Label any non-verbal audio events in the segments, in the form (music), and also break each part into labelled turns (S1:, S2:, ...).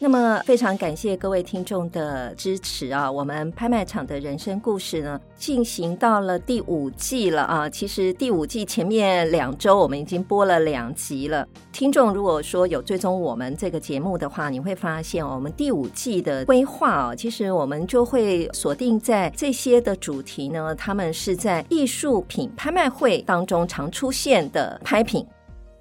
S1: 那么，非常感谢各位听众的支持啊！我们拍卖场的人生故事呢，进行到了第五季了啊。其实第五季前面两周我们已经播了两集了。听众如果说有追踪我们这个节目的话，你会发现哦我们第五季的规划啊，其实我们就会锁定在这些的主题呢，他们是在艺术品拍卖会当中常出现的拍品。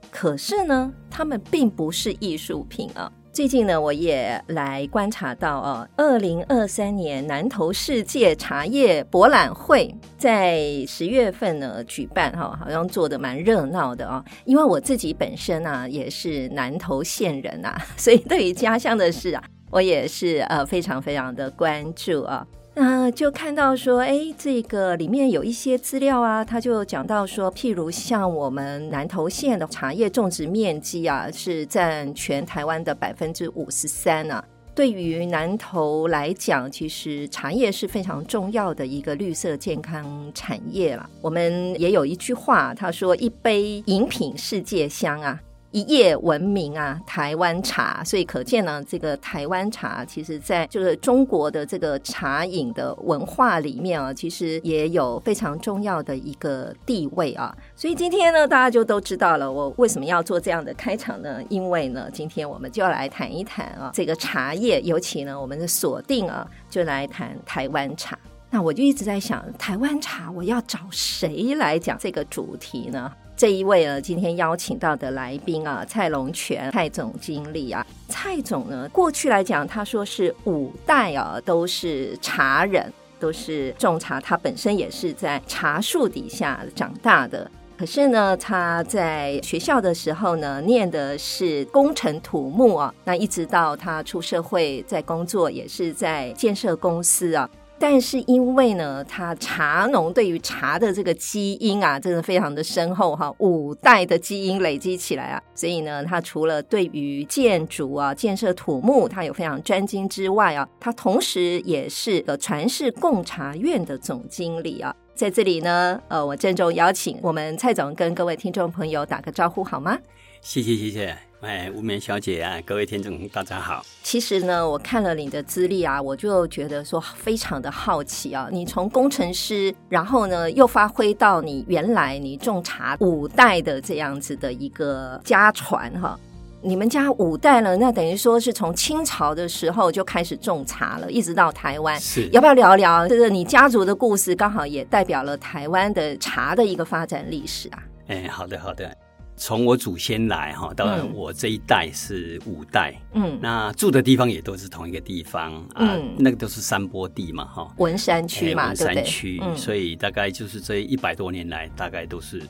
S1: 可是呢，他们并不是艺术品啊。最近呢，我也来观察到啊，二零二三年南投世界茶叶博览会在十月份呢举办哈、好像做的蛮热闹的哦。因为我自己本身啊也是南投县人啊， (laughs) 所以对于家乡的事啊，我也是呃非常非常的关注啊。那、就看到说，哎，这个里面有一些资料啊，他就讲到说，譬如像我们南投县的茶叶种植面积啊，是占全台湾的百分之五十三啊。对于南投来讲，其实茶叶是非常重要的一个绿色健康产业啦。我们也有一句话，他说：“一杯饮品世界香啊，一夜闻名啊，台湾茶。所以可见呢，这个台湾茶其实在这个中国的这个茶饮的文化里面啊，其实也有非常重要的一个地位啊。所以今天呢，大家就都知道了，我为什么要做这样的开场呢？因为呢，今天我们就要来谈一谈啊，这个茶叶，尤其呢，我们的锁定啊，就来谈台湾茶。那我就一直在想，台湾茶我要找谁来讲这个主题呢？这一位呢，今天邀请到的来宾啊，蔡龙泉蔡总经理啊，蔡总呢，过去来讲，他说是五代啊，都是茶人，都是种茶，他本身也是在茶树底下长大的。可是呢，他在学校的时候呢，念的是工程土木啊，那一直到他出社会在工作，也是在建设公司啊。但是因为呢，他茶农对于茶的这个基因啊，真的非常的深厚哈，五代的基因累积起来啊，所以呢，他除了对于建筑啊、建设土木，他有非常专精之外啊，他同时也是呃传世贡茶院的总经理啊。在这里呢，呃，我郑重邀请我们蔡总跟各位听众朋友打个招呼好吗？
S2: 谢谢谢谢，哎，吴眠小姐啊，各位听众大家好。
S1: 其实呢，我看了你的资历啊，我就觉得说非常的好奇啊。你从工程师，然后呢又发挥到你原来你种茶五代的这样子的一个家传哈。你们家五代了，那等于说是从清朝的时候就开始种茶了，一直到台湾。
S2: 是
S1: 要不要聊聊这个你家族的故事？刚好也代表了台湾的茶的一个发展历史啊。
S2: 哎，好的好的。从我祖先来哈，到
S1: 嗯
S2: 我这一代是五代，
S1: 嗯，
S2: 那住的地方也都是同一个地方啊，
S1: 嗯
S2: 那个都是山坡地嘛哈，
S1: 文山区嘛，
S2: 哎
S1: 对不对？
S2: 山区，
S1: 嗯
S2: 所以大概就是这一百多年来，大概都是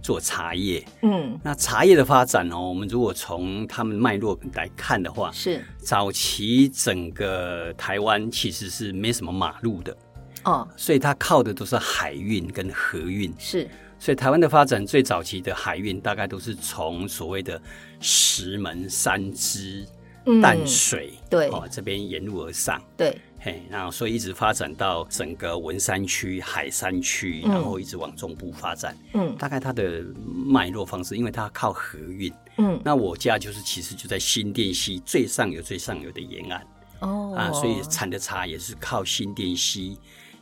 S2: 做茶叶。
S1: 嗯，
S2: 那茶叶的发展哦，我们如果从他们脉络来看的话，
S1: 是
S2: 早期整个台湾其实是没什么马路的，
S1: 哦，
S2: 所以它靠的都是海运跟河运。
S1: 是
S2: 所以台湾的发展最早期的海运，大概都是从所谓的石门、三支、
S1: 嗯
S2: 淡水，
S1: 对
S2: 哦，这边沿路而上。
S1: 对，
S2: 嘿，那所以一直发展到整个文山区、海山区，
S1: 嗯
S2: 然后一直往中部发展。
S1: 嗯
S2: 大概它的脉络方式，因为它靠河运。
S1: 嗯，
S2: 那我家就是其实就在新店溪最上游、最上游的沿岸、
S1: 哦
S2: 啊，所以产的茶也是靠新店溪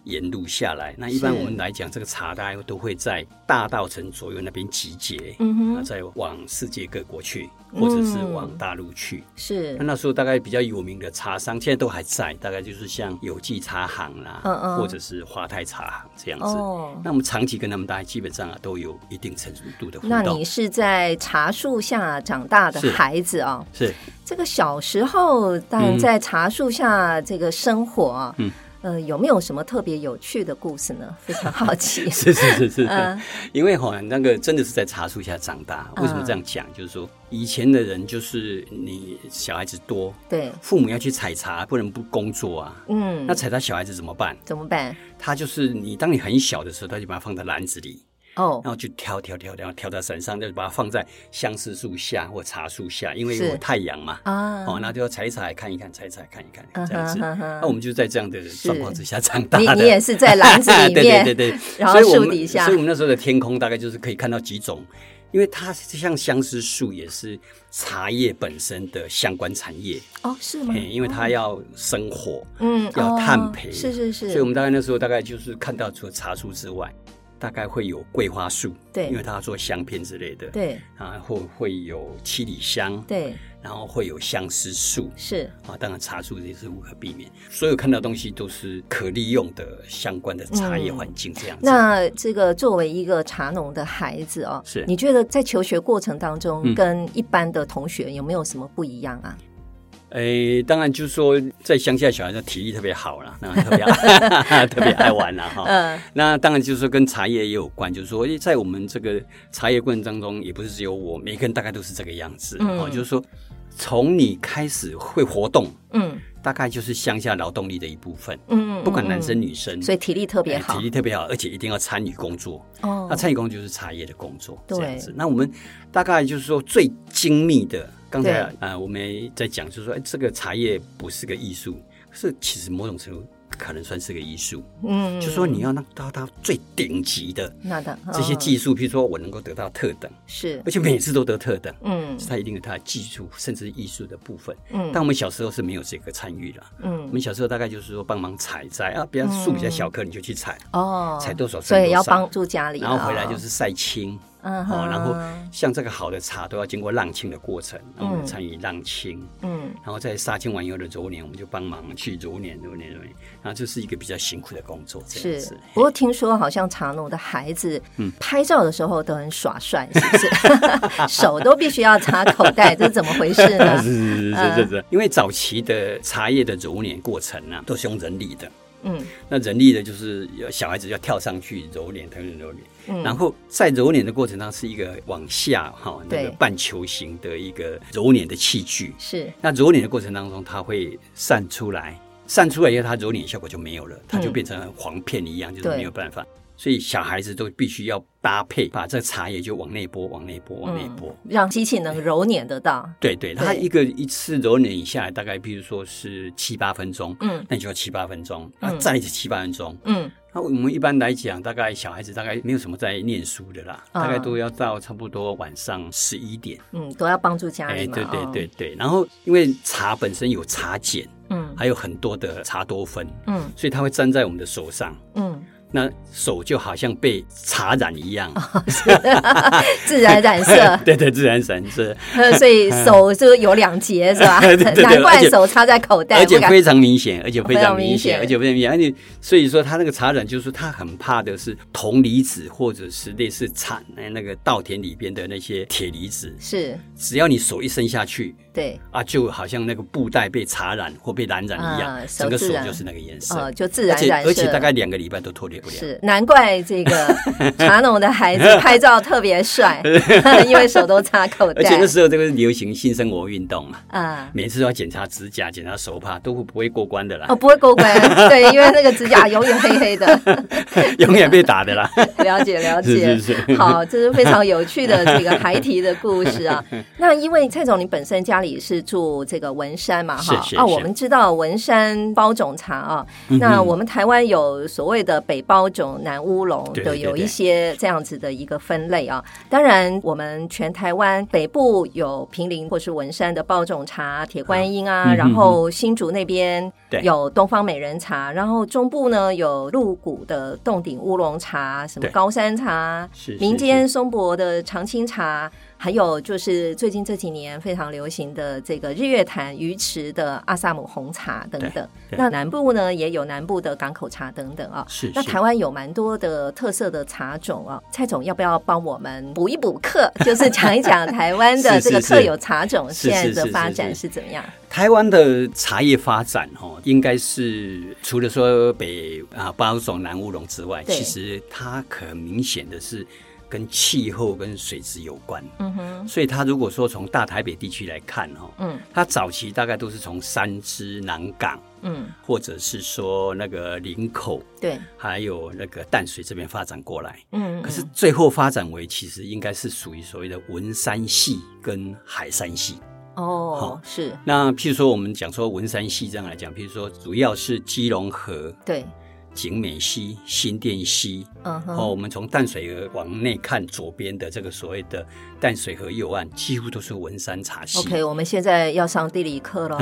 S2: 沿路下来。那一般
S1: 是
S2: 我们来讲，这个茶大概都会在大稻城左右那边集结，
S1: 嗯
S2: 那
S1: 哼，
S2: 再往世界各国去，或者是往大陆去。
S1: 是
S2: 那那时候大概比较有名的茶商，现在都还在，大概就是像有记茶行啦，
S1: 嗯嗯
S2: 或者是华泰茶行这样子。
S1: 哦。
S2: 那我们长期跟他们大家基本上啊都有一定程度的互
S1: 那
S2: 动
S1: 你，是在茶树下长大的
S2: 是
S1: 孩子啊、
S2: 是
S1: 这个小时候，当然
S2: 嗯
S1: 在茶树下这个生活啊，
S2: 嗯。
S1: 呃，有没有什么特别有趣的故事呢？非常好奇
S2: (laughs) 是是是是，
S1: 嗯
S2: 对因为哈、那个真的是在茶树下长大。为什么这样讲？就是说，以前的人就是你小孩子多，
S1: 对，
S2: 父母要去采茶，不能不工作啊。
S1: 嗯，
S2: 那采茶小孩子怎么办？
S1: 怎么办？
S2: 他就是你，当你很小的时候，他就把它放在篮子里，
S1: 哦
S2: 然，后就挑挑挑，然后挑到山上，就把它放在相思树下或茶树下，因为
S1: 是
S2: 有太阳嘛。
S1: 啊，
S2: 哦，那就要采一采看一看，采一采看一看
S1: 嗯哼
S2: 这样子。
S1: 嗯哼
S2: 那我们就在这样的状况之下长大
S1: 你
S2: 的。
S1: 你也是在篮子里面，
S2: (laughs) 对对对对，
S1: (laughs) 然
S2: 所
S1: 后
S2: 以我
S1: 树
S2: 们
S1: 底下
S2: 所以我们那时候的天空大概就是可以看到几种，因为它像相思树也是茶叶本身的相关产业，
S1: 哦，是吗？
S2: 嘿因为它要生火，
S1: 嗯
S2: 要
S1: 哦
S2: 炭焙
S1: 是是是，
S2: 所以我们大概那时候大概就是看到除了茶树之外，大概会有桂花树，
S1: 对
S2: 因为它要做香片之类的，，
S1: 对
S2: 啊，或会有七里香，，
S1: 对
S2: 然后会有相思树，
S1: 是，
S2: 啊，当然茶树也是无可避免，所有看到的东西都是可利用的相关的茶
S1: 嗯
S2: 叶环境这样子。
S1: 那这个作为一个茶农的孩子哦，
S2: 是
S1: 你觉得在求学过程当中
S2: 嗯
S1: 跟一般的同学有没有什么不一样啊？
S2: 诶，当然就是说，在乡下小孩的体力特别好啦，那特别 (laughs) 特别爱玩啦哈。
S1: 嗯，
S2: 那当然就是说跟茶叶也有关，就是说诶在我们这个茶叶过程当中，也不是只有我，每个人大概都是这个样子、
S1: 嗯
S2: 哦。就是说，从你开始会活动，
S1: 嗯
S2: 大概就是乡下劳动力的一部分，
S1: 嗯，
S2: 不管男
S1: 嗯，
S2: 生女生，
S1: 嗯所以体力特
S2: 特
S1: 别好
S2: 体力特别好，而且一定要参与工作。
S1: 哦
S2: 那，参与工作就是茶叶的工作，
S1: 对
S2: 这样子。那我们大概就是说最精密的，刚才
S1: 对
S2: 啊、呃我们也在讲，就是说，哎，这个茶叶不是个艺术，是其实某种程度可能算是个艺术，
S1: 嗯，
S2: 就说你要让到它最顶级的
S1: 那的
S2: 这些
S1: 嗯
S2: 技术，譬如说我能够得到特等，
S1: 是
S2: 而且每次都得特等。
S1: 嗯
S2: 它一定有它的技术，甚至艺术的部分。
S1: 嗯
S2: 但我们小时候是没有这个参与的。我
S1: 嗯
S2: 们小时候大概就是说帮忙采摘啊，比方树比较小颗，你就去采，
S1: 哦，
S2: 采多少
S1: 所以要
S2: 算多少
S1: 帮助家里了
S2: 然
S1: 哦，
S2: 后回来就是晒青。
S1: 嗯
S2: 哦，
S1: 哼，
S2: 然后像这个好的茶都要经过浪青的过程，然后
S1: 嗯
S2: 我们参与浪青，
S1: 嗯
S2: 然后在杀青完以后的揉捻，我们就帮忙去揉捻、揉捻、揉捻，然后就是一个比较辛苦的工作，这样
S1: 是
S2: 子。，？
S1: 不过听说好像茶农的孩子拍照的时候都很耍帅，是不是？ (laughs) 手都必须要插口袋，这是怎么回事呢
S2: (laughs) 是是
S1: 呃
S2: 是是是，因为早期的茶叶的揉捻过程呢、啊，都是用人力的。
S1: 嗯
S2: 那人力的就是有小孩子要跳上去揉捻、腾揉捻，
S1: 嗯，
S2: 然后在揉捻的过程上是一个往下哈、那
S1: 对
S2: 个半球形的一个揉捻的器具。
S1: 是
S2: 那揉捻的过程当中，它会散出来，散出来以后，它揉捻效果就没有了，它就变成黄片一样，就是
S1: 对
S2: 没有办法。所以小孩子都必须要搭配，把这茶叶就往内拨，往内拨，往内拨。
S1: 让机器能揉捻得到。
S2: 对对，它一个一次揉捻下来，大概比如说是七八分钟，
S1: 嗯
S2: 那你就要七八分钟，
S1: 嗯
S2: 那再是七八分钟。
S1: 嗯
S2: 那我们一般来讲，大概小孩子大概没有什么在念书的啦，
S1: 啊
S2: 大概都要到差不多晚上十一点。哎
S1: 嗯，都要帮助家里嘛。
S2: 对对
S1: 哦
S2: 对，对。然后因为茶本身有茶碱，
S1: 嗯
S2: 还有很多的茶多酚，
S1: 嗯
S2: 所以它会粘在我们的手上，
S1: 嗯， (laughs)
S2: 那手就好像被茶染一样。
S1: 哦自然染色，
S2: 对对，自然神是，
S1: 呃所以手就有两节是吧？
S2: (laughs) 对对对
S1: 难怪
S2: 而且
S1: 手插在口袋，
S2: 而且
S1: 不敢
S2: 非常明显，而且非常明
S1: 非常明显
S2: 显，而且非常明显。而且所以说，它那个茶染就是说它很怕的是铜离子，或者是类似产那个稻田里边的那些铁离子，
S1: 是，
S2: 只要你手一伸下去。
S1: 对，
S2: 啊，就好像那个布袋被茶染或被蓝染一样，
S1: 啊手
S2: 整个手
S1: 自然
S2: 就是那个颜色，
S1: 呃，就自
S2: 而
S1: 然
S2: 且
S1: 染色。
S2: 而且大概两个礼拜都脱离不了。
S1: 是，难怪这个茶农的孩子拍照特别
S2: (laughs)
S1: 帅，因为手都插口
S2: 而且
S1: 袋
S2: 那。时候这个流行新生活运动嘛，
S1: 啊，
S2: 每次都要检查指甲、检查手帕，都不会过关的啦，
S1: 哦，不会过关，对，因为那个指甲永远黑黑的。啊
S2: (laughs) 永远被打
S1: (laughs)
S2: 的啦。
S1: 了解，了解。
S2: 是是是
S1: 好，这是非常有趣的这个孩提的故事
S2: (laughs)
S1: 啊。那因为蔡总，你本身家里是住这个文山嘛，哈
S2: 是是
S1: 啊，
S2: 是嗯
S1: 我们知道文山包种茶啊，那我们台湾有所谓的北包种、南乌龙，
S2: 对
S1: 都
S2: 对
S1: 有
S2: 对
S1: 一些这样子的一个分类啊。当然，我们全台湾北部有平林或是文山的包种茶、铁观音啊，
S2: 嗯嗯
S1: 然后新竹那边
S2: 对
S1: 有东方美人茶，然后中部呢有鹿谷的洞顶乌龙茶，什么
S2: 对
S1: 高山茶
S2: 是，是
S1: 民间松柏的常青茶。还有就是最近这几年非常流行的这个日月潭鱼池的阿萨姆红茶等等。
S2: 对
S1: 那南部呢也有南部的港口茶等等啊。
S2: 是
S1: 那
S2: 是
S1: 台湾有蛮多的特色的茶种啊，蔡总要不要帮我们补一补课，就是讲一讲台湾的
S2: (laughs) 是是
S1: 这个
S2: 是
S1: 特有茶种
S2: 是
S1: 现在
S2: 是
S1: 的
S2: 是
S1: 发
S2: 是
S1: 展
S2: 是
S1: 是怎么样？
S2: 台湾的茶叶发展哦，应该是除了说北啊八种南乌龙之外，
S1: 对
S2: 其实它很明显的是跟气候跟水质有关。
S1: 嗯哼，
S2: 所以它如果说从大台北地区来看哦，
S1: 嗯
S2: 它早期大概都是从三芝、南港，
S1: 嗯，
S2: 或者是说那个林口，
S1: 对，
S2: 还有那个淡水这边发展过来。
S1: 嗯，
S2: 可
S1: 嗯
S2: 是最后发展为，其实应该是属于所谓的文山系跟海山系。
S1: 哦
S2: 好，
S1: 是
S2: 那譬如说，我们讲说文山系这样来讲，譬如说主要是基隆河、
S1: 对，
S2: 景美溪、新店溪。
S1: 嗯哼，
S2: 哦，我们从淡水河往内看，左边的这个所谓的淡水河右岸，几乎都是文山茶系。
S1: OK，我们现在要上地理课
S2: (laughs)
S1: 了，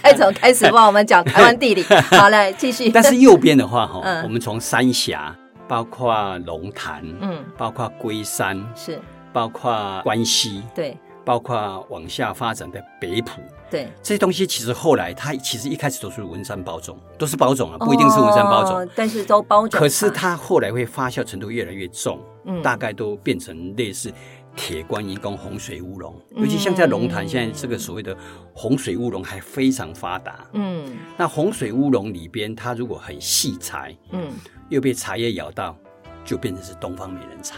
S1: 蔡总开始帮我们讲台湾地理。好，来继续。
S2: 但是右边的话，哈、
S1: 嗯
S2: 我们从三峡，包括龙潭，
S1: (laughs) 嗯，
S2: 包括龟山，
S1: 是
S2: 包括关西，
S1: 对
S2: 包括往下发展的北浦，
S1: 对，
S2: 这些东西其实后来它其实一开始都是文山包种，都是包种啊，不一定是文山包种。
S1: 哦，但是都包种。
S2: 可是，它后来会发酵程度越来越重，
S1: 嗯
S2: 大概都变成类似铁观音跟洪水乌龙，
S1: 嗯
S2: 尤其像在龙潭现在这个所谓的洪水乌龙还非常发达。
S1: 嗯
S2: 那洪水乌龙里边，它如果很细柴，
S1: 嗯，
S2: 又被茶叶咬到，就变成是东方美人茶。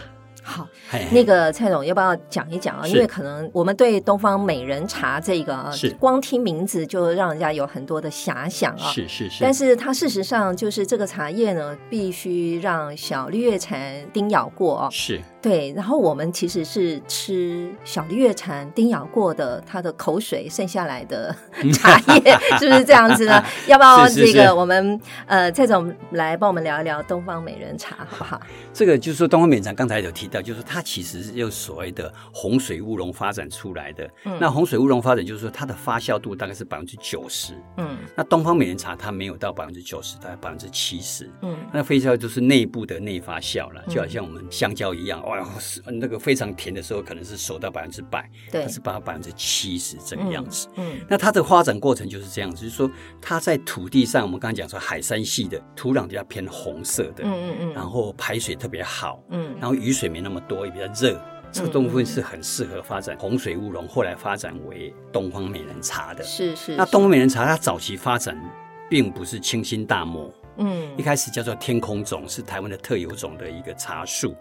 S1: 好，
S2: 嘿
S1: 那个蔡总要不要讲一讲啊？
S2: 是
S1: 因为可能我们对东方美人茶这个啊
S2: 是
S1: 光听名字就让人家有很多的遐想啊。
S2: 是是是，
S1: 但是它事实上就是这个茶叶呢，必须让小绿叶蝉叮咬过哦，
S2: 是
S1: 对，然后我们其实是吃小绿叶蝉叮咬过的它的口水剩下来的 (laughs) 茶叶，是不是这样子
S2: (laughs)
S1: 呢？要不要
S2: 嗯是是
S1: 这
S2: 是
S1: 个我们呃蔡总来帮我们聊一聊东方美人茶，好不好？
S2: 这个，就是说东方美人茶刚才有提到，就是它其实是有所谓的洪水乌龙发展出来的。
S1: 嗯
S2: 那洪水乌龙发展就是说它的发酵度大概是百分之九十，
S1: 嗯
S2: 那东方美人茶它没有到百分之九十，大概百分之七十。
S1: 嗯
S2: 那非酵就是内部的内发酵了，
S1: 嗯
S2: 就好像我们香蕉一样，哇，是那个非常甜的时候可能是熟到百分之百，
S1: 对
S2: 它是把百分之七十这个
S1: 嗯
S2: 样子。
S1: 嗯
S2: 那它的发展过程就是这样子，就是说它在土地上，我们刚才讲说海山系的土壤比较偏红色的，
S1: 嗯嗯
S2: 然后排水特别好，
S1: 嗯嗯
S2: 然后雨水没那么多，也比较热。这个东分是很适合发展洪水乌龙，后来发展为东方美人茶的。
S1: 是是
S2: 那
S1: 是
S2: 东方美人茶它早期发展并不是清新大漠，
S1: 嗯
S2: 一开始叫做天空种，是台湾的特有种的一个茶树，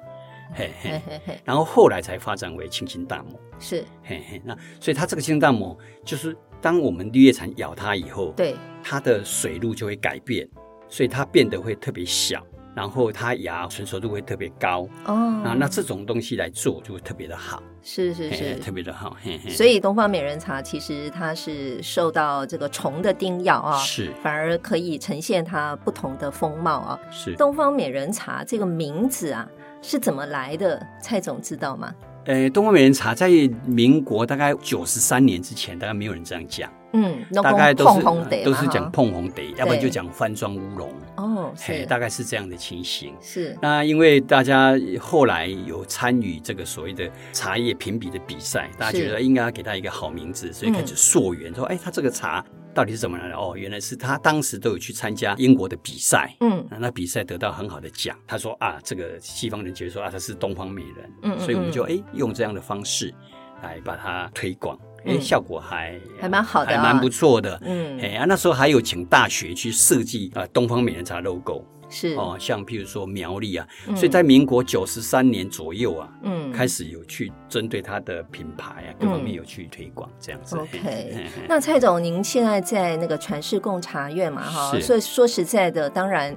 S2: 嘿
S1: 嘿
S2: 嘿。
S1: 嘿嘿
S2: 然后后来才发展为清新大漠，
S1: 是
S2: 嘿嘿。那所以它这个清新大漠就是当我们绿叶蝉咬它以后，
S1: 对
S2: 它的水路就会改变，所以它变得会特别小，然后它芽成熟度会特别高。
S1: 哦
S2: 啊，那这种东西来做就会特别的好，
S1: 是是
S2: 嘿嘿
S1: 是
S2: 特别的好，嘿嘿，
S1: 所以东方美人茶其实它是受到这个虫的叮咬啊，
S2: 是
S1: 反而可以呈现它不同的风貌啊。
S2: 是，
S1: 东方美人茶这个名字啊是怎么来的？蔡总知道吗？
S2: 呃，东方美人茶在民国大概九十三年之前，大概没有人这样讲，
S1: 嗯，
S2: 大概都
S1: 弄
S2: 是
S1: 红得
S2: 都是讲
S1: 嘛
S2: 碰红得，要不然就讲翻庄乌龙，
S1: 哈哦，
S2: 嘿，
S1: 是
S2: 大概是这样的情形。
S1: 是
S2: 那因为大家后来有参与这个所谓的茶叶评比的比赛，大家觉得应该要给它一个好名字，所以开
S1: 嗯
S2: 始溯源，说，哎，它这个茶到底是怎么来的？哦，原来是他当时都有去参加英国的比赛，
S1: 嗯
S2: 那那比赛得到很好的奖，他说啊，这个西方人觉得说啊，他是东方美人，
S1: 嗯嗯
S2: 所以我们就
S1: 嗯
S2: 哎、用这样的方式来把它推广，哎、
S1: 嗯
S2: 效果还
S1: 还蛮好的啊
S2: 还蛮不错的。哎、
S1: 嗯
S2: 啊，那时候还有请大学去设计啊、东方美人茶 logo
S1: 是
S2: 哦，像譬如说苗栗啊，
S1: 嗯
S2: 所以在民国九十三年左右啊，
S1: 嗯
S2: 开始有去针对它的品牌啊各方面有去推广这样子。
S1: OK
S2: 嘿 (laughs) 嘿嘿
S1: 那蔡总，您现在在那个传世贡茶院嘛，哈，
S2: 是
S1: 所以说实在的，当然，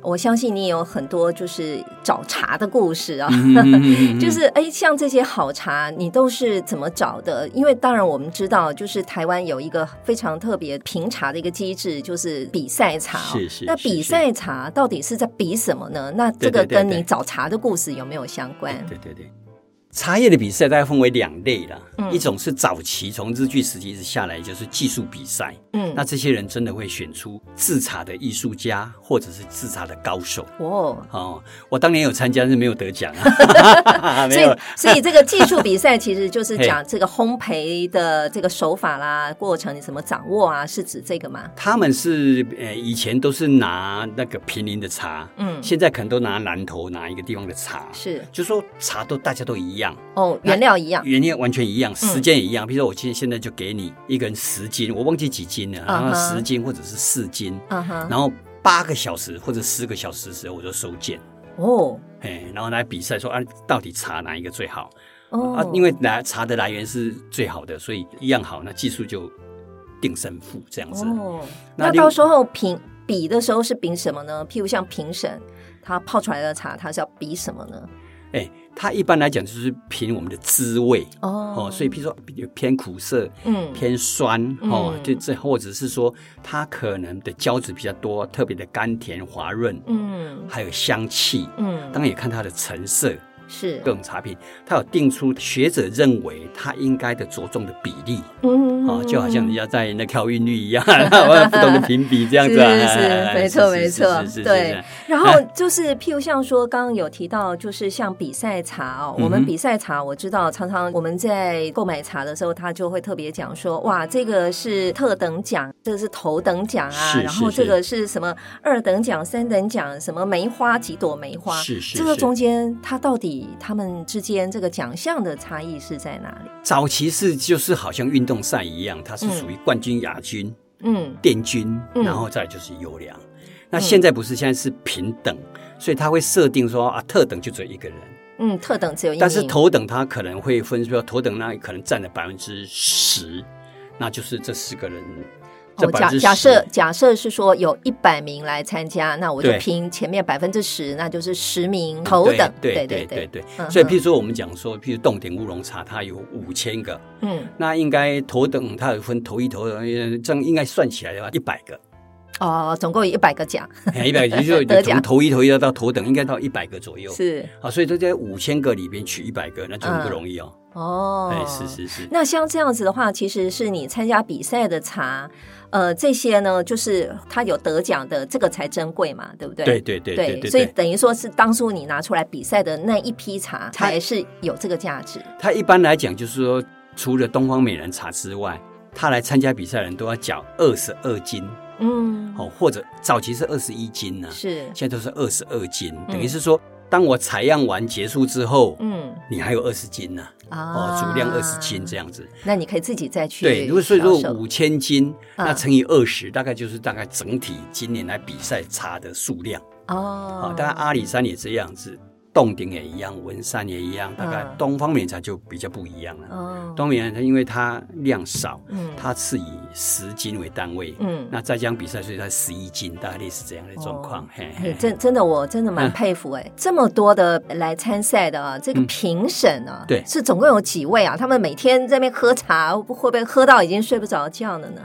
S1: 我相信你也有很多就是找茶的故事啊。
S2: 嗯嗯嗯嗯
S1: (laughs)
S2: 嗯
S1: 就是哎，像这些好茶，你都是怎么找的？因为当然我们知道，就是台湾有一个非常特别评茶的一个机制，就是比赛茶哦、
S2: 是是
S1: 那
S2: 是
S1: 比
S2: 是
S1: 赛茶到底是在比什么呢？那这
S2: 对
S1: 个
S2: 对对
S1: 跟你
S2: 对
S1: 找茶的故事有没有相关？
S2: 对对对，茶叶的比赛大概分为两类啦，
S1: 嗯
S2: 一种是早期从日据时期一直下来就是技术比赛，
S1: 嗯，
S2: 那这些人真的会选出制茶的艺术家或者是制茶的高手。
S1: 哦，
S2: 哦，我当年有参加，但是没有得
S1: (laughs)
S2: 奖啊，
S1: 所
S2: 没有
S1: 以，所以这个技术比赛其实就是
S2: 嘿
S1: 讲这个烘焙的这个手法啦、过程你怎么掌握啊，是指这个吗？
S2: 他们是呃以前都是拿那个平林的茶，
S1: 嗯，
S2: 现在可能都拿南投哪一个地方的茶，
S1: 是
S2: 就说茶都大家都一样，
S1: 哦，原料一样，
S2: 原料完全一
S1: 嗯
S2: 样，时间也一样。比如说我今天现在就给你一个人十斤，我忘记几斤了，然
S1: 嗯
S2: 后
S1: 哼
S2: 十斤或者是四斤，
S1: 嗯哼，
S2: 然后八个小时或者十个小时的时候我就收件，
S1: 哦
S2: 哎，然后来比赛说啊到底茶哪一个最好啊
S1: 哦，？
S2: 因为来茶的来源是最好的，所以一样好，那技术就定胜负这样子。
S1: 哦，
S2: 那
S1: 那
S2: 另
S1: 到时候评比的时候是比什么呢？譬如像评审，他泡出来的茶，他是要比什么呢？
S2: 哎，它一般来讲就是凭我们的滋味
S1: 哦
S2: 哦，所以譬如说有偏苦涩、
S1: 嗯
S2: 偏酸哦，
S1: 嗯
S2: 就这或者是说它可能的胶质比较多，特别的甘甜滑润，
S1: 嗯
S2: 还有香气。
S1: 嗯，
S2: 当然也看它的成色，
S1: 是
S2: 各种茶品，它有定出学者认为它应该的着重的比例
S1: 嗯
S2: 啊、哦，就好像人家在那调韵律一
S1: (laughs)
S2: 样，我不同的评比这样子啊，
S1: 是是
S2: 哎
S1: 没错没错
S2: 是是是是
S1: 对
S2: 是
S1: 然后就是，譬如像说，刚刚有提到，就是像比赛茶哦，
S2: 嗯哼
S1: 我们比赛茶，我知道常常我们在购买茶的时候，他就会特别讲说，哇，这个是特等奖，这个是头等奖啊
S2: 是，
S1: 然后
S2: 是是
S1: 这个是什么二等奖、三等奖，什么梅花几朵梅花，
S2: 是是
S1: 这个
S2: 是
S1: 中间它到底他们之间这个奖项的差异是在哪里？
S2: 早期是就是好像运动赛一样，它是属于冠军、亚军、
S1: 嗯
S2: 殿军，
S1: 嗯
S2: 然后再就是优良。那现在不是，现在是平等，所以他会设定说啊，特等就只有一个人，
S1: 嗯，特等只有一名，
S2: 但是头等他可能会分说，头等那可能占了百分之十，那就是这四个人。这
S1: 哦，假
S2: 10%
S1: 假设假设是说有一百名来参加，那我就
S2: 对
S1: 拼前面百分之十，那就是十名头等。
S2: 对
S1: 对
S2: 对
S1: 对
S2: 对对
S1: 嗯
S2: 对，所以
S1: 嗯
S2: 譬如说我们讲说，譬如洞顶乌龙茶，它有五千个，
S1: 嗯，
S2: 那应该头等它有分头一头二，这样应该算起来的话，一百个。
S1: (laughs) 哦，总共有一百个奖，
S2: 哎，一百个，也就是
S1: 得
S2: 说
S1: 奖
S2: 从头一头一到头等，应该到一百个左右。
S1: 是
S2: 啊，所以都在五千个里边取一百个，那就很不容易哦。
S1: 嗯哦，
S2: 哎，是。是是，
S1: 那像这样子的话，其实是你参加比赛的茶，呃，这些呢，就是他有得奖的，这个才珍贵嘛，对不对？
S2: 对对对对对
S1: 所以
S2: 对。
S1: 等于说是当初你拿出来比赛的那一批茶，
S2: 它
S1: 才是有这个价值。
S2: 他一般来讲就是说，除了东方美人茶之外，他来参加比赛的人都要缴二十二斤
S1: 嗯，
S2: 哦，或者早期是二十一斤呢、
S1: 是，
S2: 现在都是二十二斤，
S1: 嗯
S2: 等于是说，当我采样完结束之后，
S1: 嗯
S2: 你还有二十斤呢、
S1: 啊，
S2: 哦，足量二十斤这样子。
S1: 那你可以自己再去
S2: 对，如果所以说
S1: 销售
S2: 五千斤，
S1: 嗯
S2: 那乘以二十，大概就是大概整体今年来比赛茶的数量
S1: 哦
S2: 啊。，当然阿里山也这样子，洞顶也一样，文山也一样，大概
S1: 嗯
S2: 东方美茶就比较不一样了。
S1: 哦，
S2: 东方美茶因为它量少，
S1: 嗯
S2: 它是以十斤为单位，
S1: 嗯
S2: 那再加上比赛，所以它十一斤，大概类似这样的状况。
S1: 哦
S2: 嘿
S1: 哎
S2: 嘿，
S1: 真真的，我真的蛮佩服哎、这么多的来参赛的啊，这个
S2: 嗯
S1: 评审啊，
S2: 对
S1: 是总共有几位啊？他们每天在那边喝茶，会不会喝到已经睡不着觉了呢？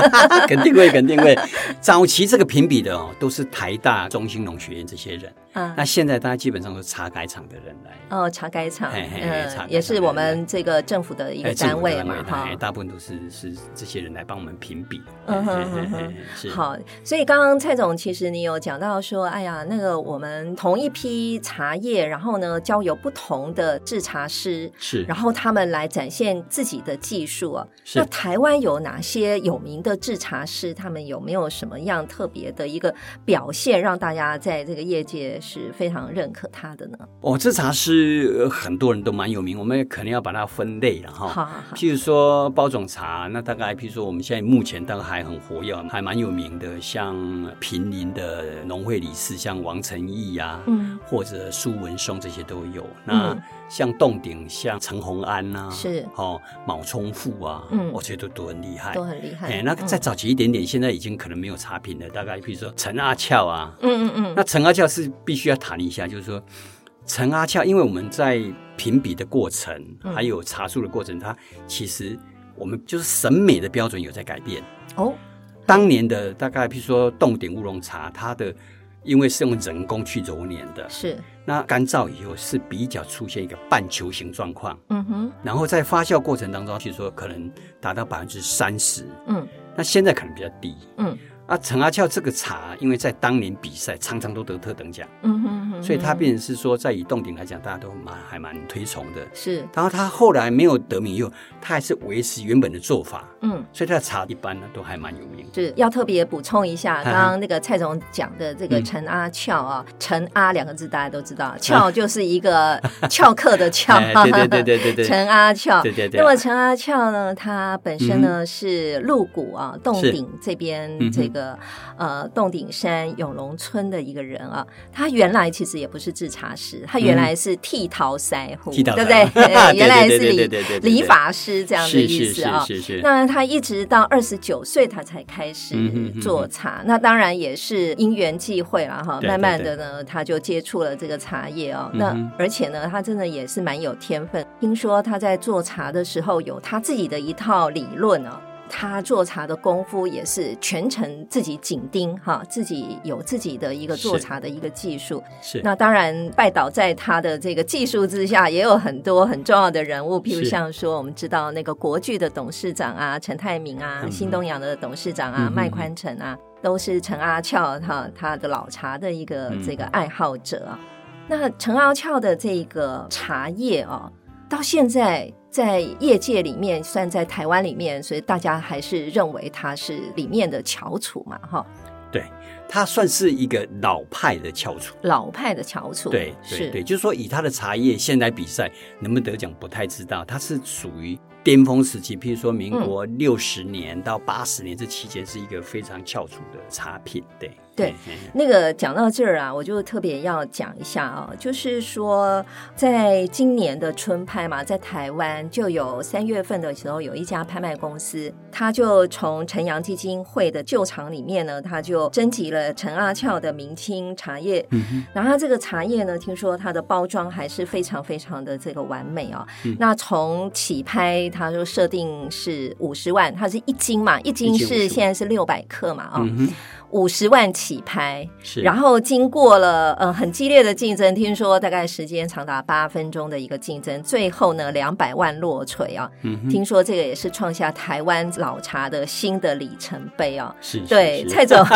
S2: (laughs) 肯定会，肯定会。早期这个评比的哦，都是台大、中兴农学院这些人，
S1: 啊
S2: 那，现在大家基本上都是茶改厂的人来。
S1: 哦，茶改厂，
S2: 嘿嘿嘿茶改
S1: 嗯，
S2: 厂
S1: 也是我们这个政府的一个
S2: 哎政府
S1: 单位
S2: 单
S1: 嘛，哈
S2: 哎。大部分都是是这些人来帮我们评比。
S1: 嗯哼
S2: 哎哎
S1: 嗯哼
S2: 哎是，
S1: 好，所以刚刚蔡总，其实你有讲到说，哎呀，那个我们同一批茶叶，然后呢，交由不同的制茶师，
S2: 是
S1: 然后他们来展现自己的技术啊。
S2: 是
S1: 那台湾有哪些有名的制茶师？他们有没有什么样特别的一个表现，让大家在这个业界是非常认可他的呢？
S2: 哦，这茶师呃很多人都蛮有名，我们可能要把它分类了
S1: 好好
S2: 哈。
S1: 好，
S2: 譬如说包种茶，那大概譬如说我们现在目前大概还很活跃，还蛮有名的，像平林的农会理事，像王成义呀、
S1: 嗯，
S2: 或者苏文松这些都有。那
S1: 嗯
S2: 像洞顶，像陈洪安呐、
S1: 是
S2: 哦，毛冲富啊，
S1: 嗯
S2: 我觉得都都很厉害，
S1: 都很厉害。
S2: 哎，那
S1: 嗯
S2: 再早期一点点，现在已经可能没有茶品了。大概比如说陈阿俏啊，
S1: 嗯嗯
S2: 那陈阿俏是必须要谈一下，就是说陈阿俏，因为我们在评比的过程，
S1: 嗯
S2: 还有茶树的过程，它其实我们就是审美的标准有在改变。
S1: 嗯，哦，
S2: 当年的大概，譬如说洞顶乌龙茶，它的因为是用人工去揉捻的。
S1: 是，
S2: 那干燥以后是比较出现一个半球形状况，
S1: 嗯哼，
S2: 然后在发酵过程当中，据说可能达到百分之三十。
S1: 嗯
S2: 那现在可能比较低。
S1: 嗯
S2: 啊，陈阿俏这个茶，因为在当年比赛常常都得特等奖，
S1: 嗯哼嗯哼，
S2: 所以它变成是说，在以冻顶来讲，大家都蛮还蛮推崇的。
S1: 是，
S2: 然后他后来没有得名以后，他还是维持原本的做法，
S1: 嗯。
S2: 所以他的茶一般呢都还蛮有
S1: (laughs)
S2: 名。
S1: 是要特别补充一下，
S2: 嗯
S1: 刚刚那个蔡总讲的这个
S2: 嗯
S1: 陈阿俏啊，陈阿两个字大家都知道，俏就是一个翘课的翘，
S2: (laughs) 哎对对对对对
S1: (laughs)
S2: 对，
S1: 陈阿俏。
S2: 对对对，嗯
S1: 那么陈阿俏呢，它本身呢是鹿谷啊洞
S2: 是
S1: 顶这
S2: 嗯
S1: 边
S2: 哼
S1: 这个呃洞顶山永隆村的一个人啊，他原来其实也不是制茶师，他原来是剃头腮胡，
S2: 嗯剃
S1: 对不
S2: 头腮？
S1: 对
S2: (laughs)
S1: 哎原来是
S2: 对对对
S1: 理
S2: 对对对对
S1: 理发师这样的意思啊。
S2: 是是是是是，
S1: 那他一直到二十九岁，他才开始
S2: 嗯哼
S1: 做茶。那当然也是因缘际会了哈，
S2: 对对
S1: 慢慢的呢，他就接触了这个茶叶哦。
S2: 嗯
S1: 那
S2: 哼
S1: 而且呢，他真的也是蛮有天分。听说他在做茶的时候，有他自己的一套理论哦。他做茶的功夫也是全程自己紧盯哈，自己有自己的一个做
S2: 是
S1: 茶的一个技术。
S2: 是
S1: 那当然，拜倒在他的这个技术之下，也有很多很重要的人物，譬如
S2: 是
S1: 像说我们知道那个国巨的董事长啊，陈泰明啊，
S2: 嗯
S1: 新东阳的董事长
S2: 嗯
S1: 啊，
S2: 哼
S1: 麦宽臣啊，都是陈阿俏哈他的老茶的一个
S2: 嗯
S1: 这个爱好者啊。那陈阿俏的这个茶叶哦，到现在在业界里面，算在台湾里面，所以大家还是认为他是里面的翘楚嘛，哈，
S2: 它算是一个老派的翘楚。
S1: 老派的翘楚，
S2: 对对
S1: 是，
S2: 对，就是说以他的茶叶现在比赛能不能得奖不太知道，它是属于巅峰时期，譬如说民国
S1: 嗯
S2: 六十年到八十年这期间是一个非常翘楚的茶品，对
S1: 对
S2: 嘿嘿嘿
S1: 那个讲到这儿啊，我就特别要讲一下啊，就是说，在今年的春拍嘛，在台湾就有三月份的时候，有一家拍卖公司，他就从陈阳基金会的旧厂里面呢，他就征集了陈阿俏的明清茶叶，
S2: 嗯哼，
S1: 然后它这个茶叶呢，听说它的包装还是非常非常的这个完美哦。
S2: 嗯
S1: 那从起拍，它就设定是五十万，它是一斤嘛，一斤
S2: 一斤
S1: 是
S2: 50
S1: 现在是六百克嘛啊、哦，
S2: 嗯哼，
S1: 五十、万起拍。
S2: 是，
S1: 然后经过了呃很激烈的竞争，听说大概时间长达八分钟的一个竞争，最后呢两百万落锤啊！
S2: 嗯哼，
S1: 听说这个也是创下台湾老茶的新的里程碑啊！
S2: 是是
S1: 对，
S2: 是
S1: 蔡
S2: (laughs)
S1: 总 (laughs)
S2: 是，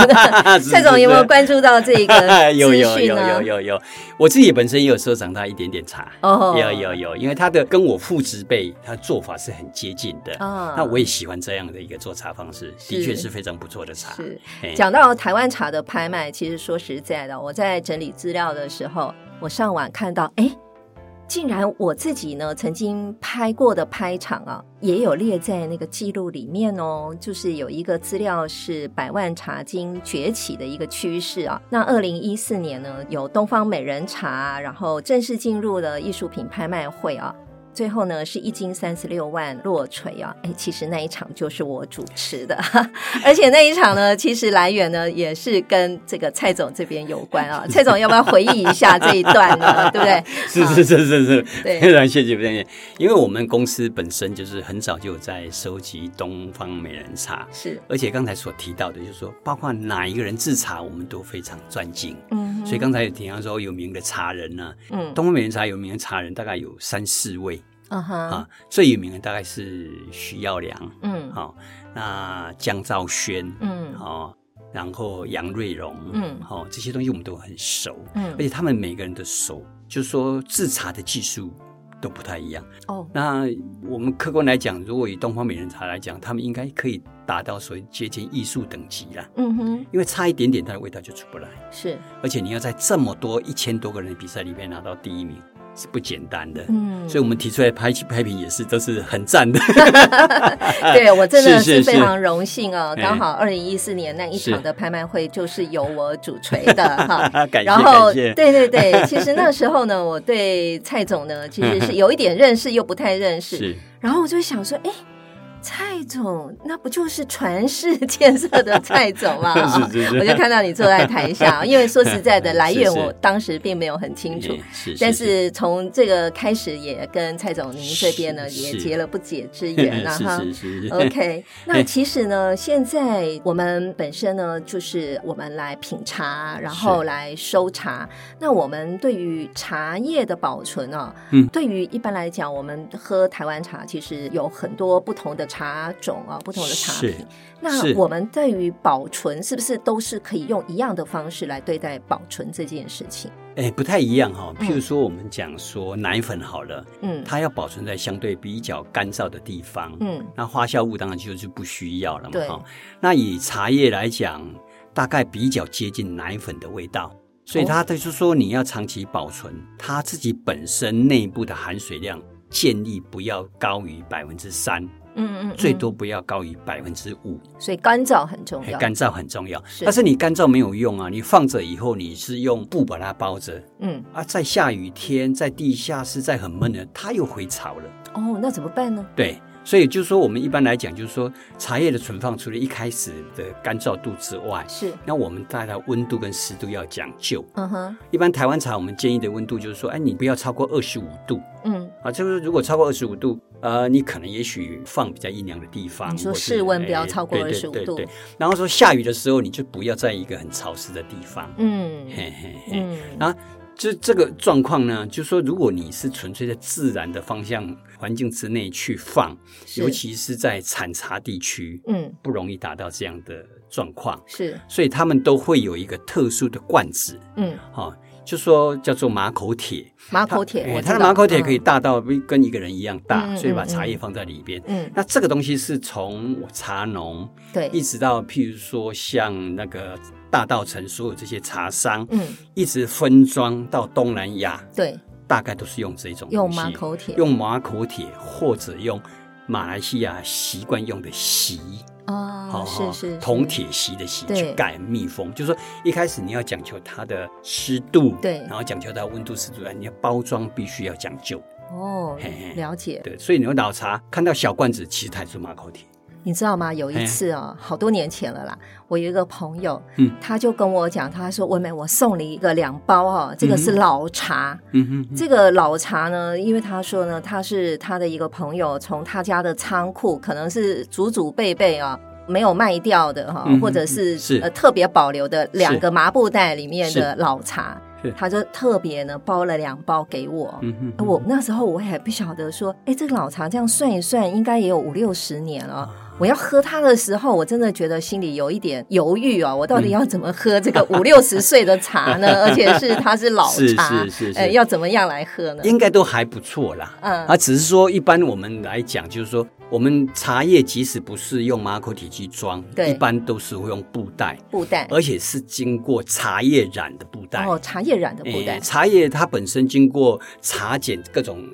S2: 是
S1: 蔡总有没有
S2: 是
S1: 关注到这
S2: (laughs)
S1: 一个
S2: 有
S1: 资
S2: 有
S1: 讯啊
S2: 有有
S1: 呢？
S2: 有有，我自己本身也有收藏他一点点茶，
S1: 哦
S2: 有有有，因为他的跟我父职辈他的做法是很接近的，
S1: 啊
S2: 那我也喜欢这样的一个做茶方式，的
S1: 是
S2: 确是非常不错的茶。
S1: 是
S2: 嘿
S1: 讲到台湾茶的拍卖，其实说实在的，我在整理资料的时候，我上网看到，哎，竟然我自己呢曾经拍过的拍场啊，也有列在那个记录里面哦。就是有一个资料是百万茶经崛起的一个趋势啊。那二零一四年呢，有东方美人茶，然后正式进入了艺术品拍卖会啊。最后呢，是一斤三十六万落锤啊！哎，其实那一场就是我主持的，而且那一场呢，其实来源呢也是跟这个蔡总这边有关
S2: (laughs)
S1: 啊。蔡总要不要回忆一下这一段呢？对不对？
S2: 是是是是是，
S1: 啊对
S2: (laughs) 非常谢谢非常谢谢，因为我们公司本身就是很早就有在收集东方美人茶，
S1: 是，
S2: 而且刚才所提到的，就是说包括哪一个人制茶，我们都非常专精。
S1: 嗯哼
S2: 所以刚才有提到说有名的茶人呢、
S1: 嗯
S2: 东方美人茶有名的茶人大概有三四位
S1: 啊哈，
S2: 啊，最有名的大概是徐耀良，
S1: 嗯
S2: 好、那江兆轩，
S1: 嗯
S2: 哦，然后杨瑞荣，
S1: 嗯
S2: 哦，这些东西我们都很熟，而
S1: 嗯
S2: 且他们每个人的手，就是说制茶的技术都不太一样。
S1: 哦，
S2: 那我们客观来讲，如果以东方美人茶来讲，他们应该可以达到所谓接近艺术等级啦，
S1: 嗯哼，
S2: 因为差一点点，它的味道就出不来。
S1: 是，
S2: 而且你要在这么多一千多个人的比赛里面拿到第一名，是不简单的。
S1: 嗯，
S2: 所以，我们提出来拍拍评也是都是很赞的。
S1: 对我真的
S2: 哎是
S1: 是
S2: 是
S1: 非常荣幸哦，
S2: 哎
S1: 刚好二零一四年那一场
S2: 是
S1: 的拍卖会就是由我主锤的哈。
S2: (laughs) 感谢
S1: 然后，
S2: 感谢
S1: 对，对对，其实那时候呢，我对蔡总呢其实是有一点认识又不太认识，
S2: 是
S1: 然后我就想说，哎，蔡总，那不就是传世建设的蔡总吗？
S2: (laughs) 是是是
S1: 啊 (laughs) 我就看到你坐在台下，因为说实在的，来源
S2: (laughs) 是是
S1: 我当时并没有很清楚
S2: 也， (laughs) 是
S1: 但是从这个开始，也跟蔡总您这边呢
S2: 是
S1: 也
S2: 是
S1: 结了不解之缘，然后
S2: (laughs) 是是是
S1: 啊 OK，那其实呢，现在我们本身呢，就是我们来品茶，然后来收茶。那我们对于茶叶的保存啊，
S2: 嗯
S1: 对于一般来讲，我们喝台湾茶其实有很多不同的茶种啊，不同的茶
S2: 是
S1: 品。那
S2: 是
S1: 我们对于保存是不是都是可以用一样的方式来对待保存这件事情？
S2: (laughs) 哎、不太一样哈、譬
S1: 嗯
S2: 如说，我们讲说奶粉好了，
S1: 嗯
S2: 它要保存在相对比较干燥的地方，
S1: 嗯
S2: 那花酵物当然就是不需要了嘛
S1: 对
S2: 哈。那以茶叶来讲，大概比较接近奶粉的味道，所以
S1: 哦
S2: 它就是说你要长期保存，它自己本身内部的含水量建议不要高于百分之三，
S1: 嗯嗯，
S2: 最多不要高于百分之五。
S1: 嗯，所以干燥很重
S2: 哎
S1: 要。
S2: 干燥很重要，
S1: 是
S2: 但是你干燥没有用啊，你放着以后你是用布把它包着。
S1: 嗯
S2: 啊，在下雨天，在地下室，在很闷的，它又回潮了。
S1: 哦，那怎么办呢？
S2: 对，所以就是说，我们一般来讲，就是说茶叶的存放，除了一开始的干燥度之外，
S1: 是
S2: 那我们大概温度跟湿度要讲究。
S1: 嗯哼
S2: 一般台湾茶我们建议的温度就是说，哎，你不要超过二十五度
S1: 嗯。
S2: 啊。就是如果超过二十五度，呃，你可能也许放比较阴凉的地方。
S1: 你说
S2: 或是
S1: 室温不
S2: 哎
S1: 要超过
S2: 对对
S1: 25
S2: 对
S1: 度
S2: 对然后说下雨的时候，你就不要在一个很潮湿的地方。
S1: 嗯
S2: 嘿嘿嘿。
S1: 嗯
S2: 那就这个状况呢，就说如果你是纯粹在自然的方向环境之内去放，
S1: 是
S2: 尤其是在产茶地区，
S1: 嗯
S2: 不容易达到这样的状况，
S1: 是
S2: 所以他们都会有一个特殊的罐子，
S1: 嗯
S2: 哈、就说叫做马口铁。
S1: 马口铁，
S2: 它
S1: 我
S2: 哎
S1: 知
S2: 它的
S1: 道
S2: 马口铁可以大到比跟一个人一样大，
S1: 嗯
S2: 所以把
S1: 嗯
S2: 茶叶
S1: 嗯
S2: 放在里边。
S1: 嗯嗯
S2: 那这个东西是从茶农
S1: 对
S2: 一直到譬如说像那个大稻城所有这些茶商，
S1: 嗯
S2: 一直分装到东南亚，
S1: 对
S2: 大概都是用这种
S1: 用
S2: 东西
S1: 马口铁
S2: 用马口铁或者用马来西亚习惯用的席，
S1: 啊是是
S2: 铜
S1: 是
S2: 铁席的席
S1: 对
S2: 去盖密封，就是说一开始你要讲求它的湿度，
S1: 对
S2: 然后讲求它的温度湿度，你要包装必须要讲究，
S1: 哦
S2: 嘿嘿
S1: 了解，
S2: 对，所以你用老茶看到小罐子，其实它也是马口铁，
S1: 你知道吗？有一次哦，好多年前了啦，我有一个朋友，
S2: 嗯
S1: 他就跟我讲，他说文美，我送你一个两包哦，这个是
S2: 嗯哼
S1: 老茶，
S2: 嗯哼哼，
S1: 这个老茶呢，因为他说呢，他是他的一个朋友从他家的仓库，可能是祖祖辈辈啊。没有卖掉的哈、
S2: 嗯
S1: 或者是
S2: 是
S1: 呃特别保留的两个麻布袋里面的
S2: 是
S1: 老茶
S2: 是，
S1: 他就特别呢包了两包给我。
S2: 嗯哼哼
S1: 呃我那时候我也不晓得说，哎，这个老茶这样算一算，应该也有五六十年
S2: 啊
S1: 了。我要喝它的时候，我真的觉得心里有一点犹豫哦，我到
S2: 嗯
S1: 底要怎么喝这个五六十岁的茶
S2: (laughs)
S1: 呢？而且是它是老
S2: 是
S1: 茶，
S2: 是是是
S1: 呃，要怎么样来喝呢？
S2: 应该都还不错啦。
S1: 嗯
S2: 啊，只是说一般我们来讲，就是说我们茶叶即使不是用马口铁去装，
S1: 对
S2: 一般都是会用布袋，
S1: 布袋
S2: 而且是经过茶叶染的布袋。
S1: 哦，茶叶染的布袋
S2: 诶，茶叶它本身经过茶碱各种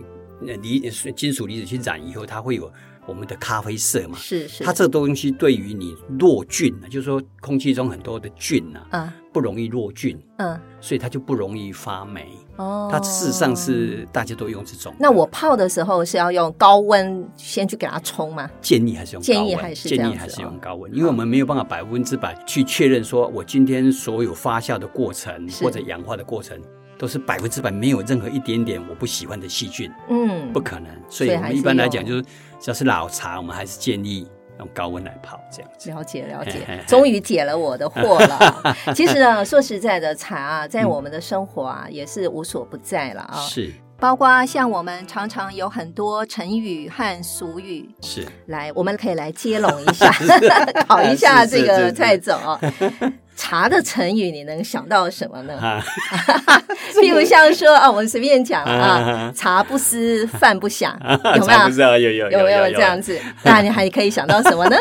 S2: 呃离金属离子去染以后，它会有我们的咖啡色嘛。
S1: 是是，
S2: 它这个东西对于你落菌，啊就是说空气中很多的菌啊，
S1: 嗯
S2: 不容易落菌，
S1: 嗯
S2: 所以它就不容易发霉。
S1: 哦，
S2: 它事实上。是大家都用这种的。
S1: 那我泡的时候是要用高温先去给它冲吗？
S2: 建议还是用高
S1: 建
S2: 温，
S1: 议还是这样
S2: 建
S1: 子
S2: 议还是
S1: 哦
S2: 用高温，因为我们没有办法百分之百去确认说，我今天所有发酵的过程
S1: 是
S2: 或者氧化的过程都是百分之百没有任何一点点我不喜欢的细菌，
S1: 嗯
S2: 不，可能。所以
S1: 所以
S2: 我
S1: 还
S2: 们
S1: 是
S2: 一般来讲，
S1: 用
S2: 就是只要是老茶，我们还是建议用高温来泡这样子。
S1: 了解了
S2: 嘿嘿
S1: 解
S2: 嘿，
S1: 终于解了我的惑了。
S2: (laughs)
S1: 其实呢，说实在的，茶啊，在我们的生活啊，也是无所不在了啊。
S2: 是
S1: 包括像我们常常有很多成语和俗语，
S2: 是，
S1: 来，我们可以来接龙一下，
S2: (laughs)
S1: 考一下这
S2: 是是
S1: 个
S2: 是
S1: 蔡总啊。茶的成语你能想到什么呢？
S2: 啊，
S1: 譬如像说啊，我们随便讲啊
S2: 啊，
S1: 茶不思饭不想， (laughs) 有没
S2: (laughs) 才啊
S1: 有
S2: 不知？道有有
S1: 有
S2: 有
S1: 没有这样子？那你还可以想到什
S2: (laughs)
S1: 么呢？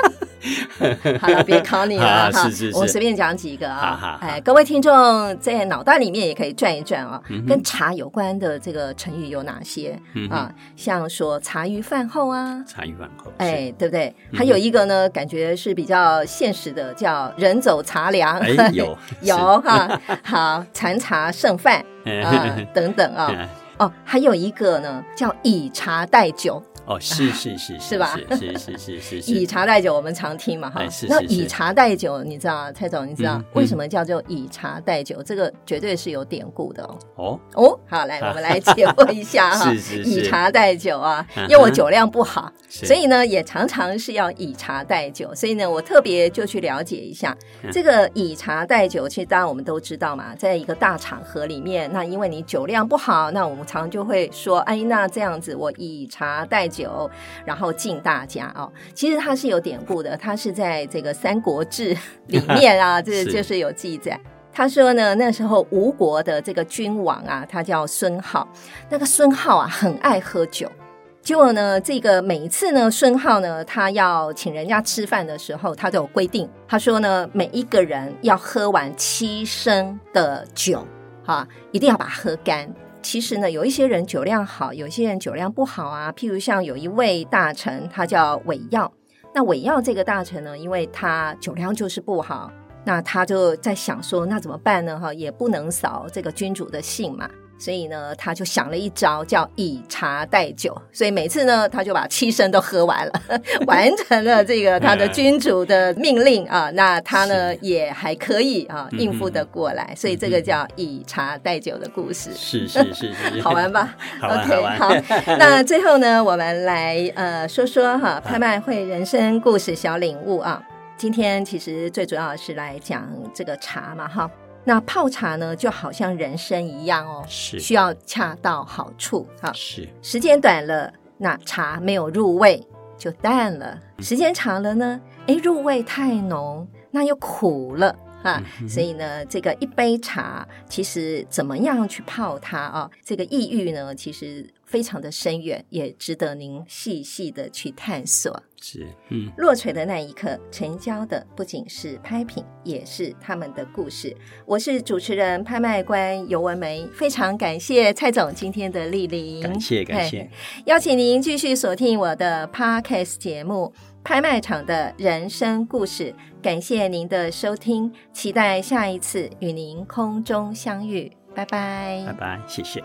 S1: 好了，别考你了
S2: 啊
S1: 哈
S2: 是是，是
S1: 我随便讲几个
S2: 好
S1: 啊
S2: 好。好
S1: 哎，各位听众在脑袋里面也可以转一转啊，跟茶有关的这个成语有哪些
S2: 嗯哼
S1: 啊？像说茶余饭后啊。
S2: 茶余饭后，是，嗯
S1: 哎，对不对？还有一个呢，感觉是比较现实的，叫“人走茶凉”。
S2: 哎
S1: (laughs)
S2: 有 (laughs)
S1: 有哈，好，残茶剩饭
S2: 哎 (laughs)
S1: 啊、等等啊、
S2: 哎
S1: 哦，还有一个呢，叫以茶代酒。
S2: 哦，是是是
S1: 是吧
S2: 是是是是是
S1: 以茶代酒我们常听嘛哈
S2: 哎是，
S1: 那
S2: 是是
S1: 以茶代酒你知道，蔡总你知道
S2: 嗯
S1: 为什么叫做以茶代酒？这个绝对是有典故的哦。
S2: 哦，
S1: 哦，好，
S2: (laughs)
S1: 来我们来解惑一下哈
S2: 是是，是
S1: 以茶代酒啊
S2: 嗯，哼
S1: 因为我酒量不好，
S2: 是
S1: 所以呢也常常是要以茶代酒，所以呢我特别就去了解一下
S2: 嗯
S1: 这个以茶代酒。其实当然我们都知道嘛，在一个大场合里面，那因为你酒量不好，那我们常常就会说，哎，那这样子我以茶代酒，然后敬大家哦。其实它是有典故的，它是在这个《三国志》里面啊，这
S2: 是
S1: 就是有记载。他说呢，那时候吴国的这个君王啊，他叫孙皓，那个孙皓啊，很爱喝酒。结果呢，这个每一次呢，孙皓呢，他要请人家吃饭的时候，他都有规定。他说呢，每一个人要喝完七升的酒，啊，一定要把它喝干。其实呢，有一些人酒量好，有一些人酒量不好啊。譬如像有一位大臣，他叫韦耀。那韦耀这个大臣呢，因为他酒量就是不好，那他就在想说，那怎么办呢？哈，也不能扫这个君主的兴嘛。所以呢，他就想了一招叫以茶代酒，所以每次呢，他就把七升都喝完了， (laughs) 完成了这个他的君主的命令啊。那他呢
S2: 是
S1: 也还可以啊，
S2: 嗯
S1: 应付得过来，所以这个叫以茶代酒的故事。
S2: 是是
S1: (laughs)
S2: 是 (laughs) 是，
S1: 好玩？吧
S2: 好玩
S1: OK，
S2: 好玩
S1: 好。
S2: (laughs)
S1: 那最后呢，我们来呃说说哈
S2: 啊
S1: 拍卖会人生故事小领悟啊。今天其实最主要是来讲这个茶嘛哈。那泡茶呢，就好像人生一样哦，
S2: 是
S1: 需要恰到好处啊哈。
S2: 是
S1: 时间短了，那茶没有入味就淡了；
S2: 嗯
S1: 时间长了呢，诶，入味太浓，那又苦了
S2: 嗯
S1: 啊。所以呢，这个一杯茶其实怎么样去泡它啊？这个意欲呢，其实非常的深远，也值得您细细的去探索。
S2: 是，嗯，
S1: 落锤的那一刻，成交的不仅是拍品，也是他们的故事。我是主持人、拍卖官尤文梅，非常感谢蔡总今天的莅临，
S2: 感谢感谢
S1: 嘿。，邀请您继续锁定我的 Podcast 节目《拍卖场的人生故事》。感谢您的收听，期待下一次与您空中相遇，拜拜
S2: 拜拜，谢谢。